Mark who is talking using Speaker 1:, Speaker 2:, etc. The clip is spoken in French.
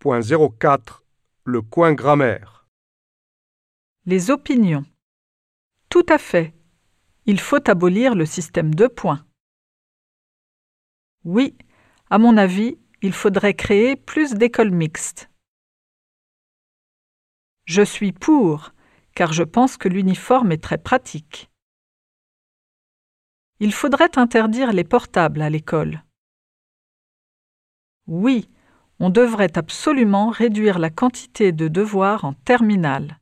Speaker 1: 4.04 Le coin grammaire.
Speaker 2: Les opinions. Tout à fait. Il faut abolir le système de points. Oui, à mon avis, il faudrait créer plus d'écoles mixtes. Je suis pour, car je pense que l'uniforme est très pratique. Il faudrait interdire les portables à l'école. Oui, on devrait absolument réduire la quantité de devoirs en terminale.